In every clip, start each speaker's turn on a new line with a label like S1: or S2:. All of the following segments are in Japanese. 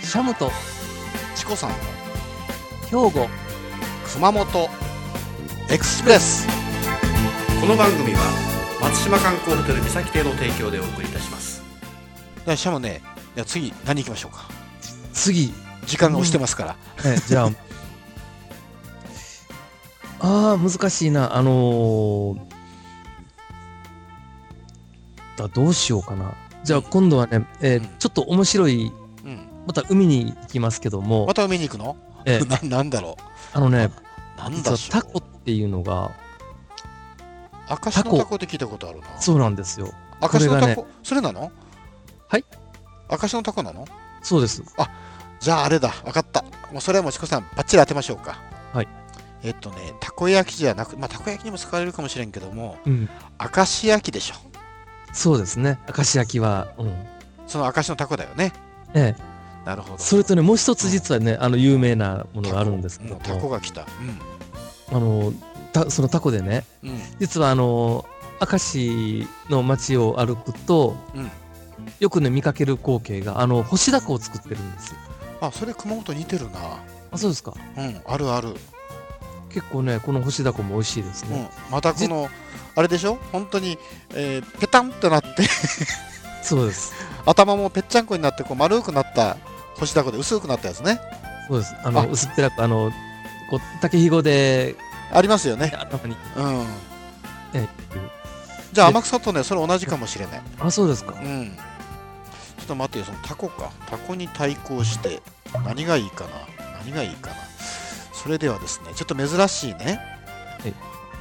S1: 久本
S2: チコさんの
S1: 兵庫
S2: 熊本エクスプレスこの番組は松島観光ホテル三崎邸の提供でお送りいたしますいやしかもねじゃあ次何行きましょうか
S1: 次、
S2: 時間が押してますから、
S1: えじゃあ あー難しいなあのー、だどうしようかなじゃあ今度はね、えー
S2: うん
S1: ちょっと面白い
S2: うん、
S1: また海に行きますけども、
S2: また海に行くの、
S1: ええ
S2: ななんだろ
S1: あのね
S2: うなん
S1: 実
S2: だ
S1: は
S2: しょ
S1: タ
S2: う
S1: コっていうのが
S2: 明石
S1: タ
S2: のタ
S1: コ
S2: コって聞いたことあるな
S1: そうなんですよ
S2: 明石の
S1: こ
S2: タ
S1: れが
S2: コ、それなの
S1: はい
S2: 明石のタコなの
S1: そうです
S2: じゃああれだ分かったもうそれはもうチコさんバッチリ当てましょうか
S1: はい
S2: えっとねたこ焼きじゃなくまあたこ焼きにも使われるかもしれんけども
S1: うん
S2: 明石焼きでしょ
S1: そうですね明石焼きは、うん
S2: その明石のタコだよね
S1: ええ、
S2: なるほど
S1: それとねもう一つ実はねあの有名なものがあるんですけど
S2: タコ,、うん、タコ
S1: も
S2: が来た
S1: あのたそのタコでね
S2: うんうん
S1: 実はあの明石の街を歩くと、
S2: うん
S1: よくね見かける光景があの干しだこを作ってるんですよ
S2: あそれ熊本似てるな
S1: あそうですか
S2: うんあるある、
S1: 結構ねこの干しだこも美味しいです
S2: うん
S1: ね、
S2: またこのあれでしょ本当に、えーペタンってなって
S1: そうです
S2: 頭もぺっちゃんこになってこう丸くなった干しタコで薄くなったやつね
S1: そうですあ
S2: あ
S1: の薄っぺらくあのこう竹ひごで
S2: ありますよね
S1: 頭に
S2: うん
S1: ええ
S2: じゃあ
S1: で
S2: 天草とねそれ同じかもしれない
S1: あそうですか
S2: うんちょっと待ってよそのタコかタコに対抗して何がいいかな何がいいかなそれではですねちょっと珍しいね
S1: はい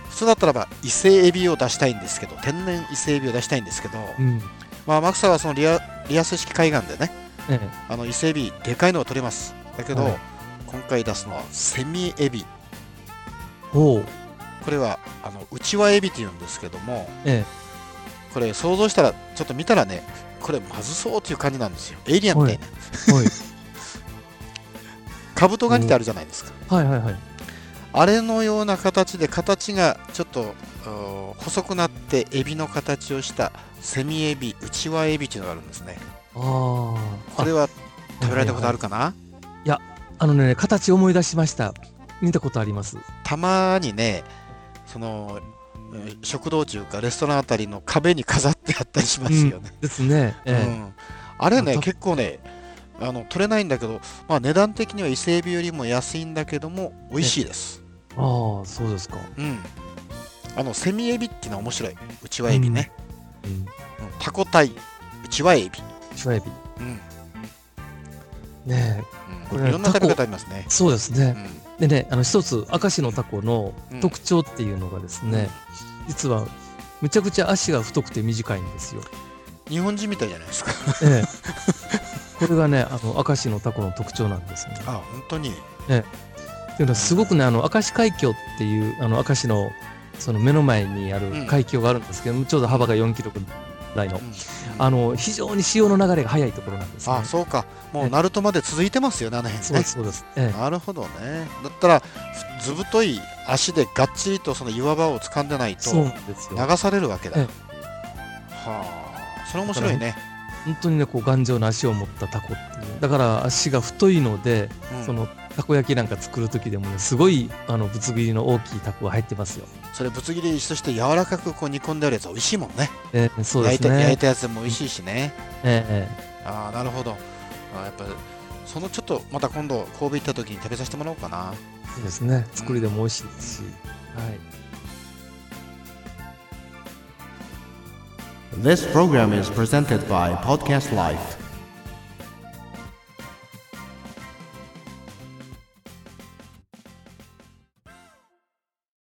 S2: 普通だったらば伊勢エビを出したいんですけど天然伊勢エビを出したいんですけど、
S1: うん
S2: まあ天草はそのリアリアス式海岸でね
S1: ええ
S2: あの伊勢エビでかいのは取れますだけど、
S1: はい
S2: 今回出すのはセミエビ
S1: ほう
S2: これはあのうちわエビっていうんですけども
S1: え
S2: これ想像したらちょっと見たらねこれまずそうっていう感じなんですよエイリアンみたいな
S1: え はい
S2: カブトガニってあるじゃないですか、
S1: はいはいはい
S2: あれのような形で形がちょっとうん細くなってエビの形をしたセミエビ、ウチワエビっていうのがあるんですね。
S1: あー
S2: これは食べられたことある
S1: はい
S2: かな、
S1: あのね形思い出しました見たことあります
S2: たまにね、そのうん食堂中かレストランあたりの壁に飾ってあったりしますよね。
S1: ですね
S2: うん
S1: え
S2: あれね、
S1: た
S2: 結構ね、あの取れないんだけど、まあ、値段的には伊勢エビよりも安いんだけども、美味しいです。
S1: えああそうですか
S2: うん、あのセミエビっていうのは面白い、ウチワエビね。
S1: うん
S2: うんタコ対うちわエビ、
S1: シワエビ
S2: うん
S1: ねえこ
S2: う
S1: れ
S2: ん、
S1: ね
S2: いろんな食べ方ありますね、
S1: そうですね
S2: う、
S1: で
S2: ん
S1: ねあの一つ明石のタコの特徴っていうのがですね、実はむちゃくちゃ足が太くて短いん ですよ、
S2: 日本人みたいじゃないですか
S1: ええ、これがねあの明石のタコの特徴なんですね
S2: あ本当に
S1: っていうのはすごくねあの明石海峡っていうあの明石のその目の前にある海峡があるんですけども、ちょうど幅が4キロぐらいの
S2: うん
S1: あの非常に潮の流れが速いところなんですね
S2: あそうかも
S1: え
S2: う鳴門まで続いてますよねあの
S1: そう
S2: 辺
S1: で
S2: ね
S1: すそうです、ええ、
S2: なるほどねだったらずぶとい足でがっちりとその岩場を掴んでないと
S1: そうなんですよ
S2: 流されるわけだ
S1: え
S2: はあそれ面白いね、
S1: 本当にねこう頑丈な足を持ったタコっていうだから足が太いので、
S2: うん
S1: そのたこ焼きなんか作る時でもねすごいあのぶつ切りの大きいタコが入ってますよ、
S2: それぶつ切りそして柔らかくこう煮込んであるやつは美味しいもんね
S1: ええそうで
S2: 焼
S1: す
S2: いた焼い
S1: ね
S2: たやつも美味しいしね、
S1: ええ
S2: ああなるほどあーやっぱそのちょっとまた今度神戸行った時に食べさせてもらおうかな
S1: ええそうですね作りでも美味しいですし、はい
S3: This program is presented by Podcast Life.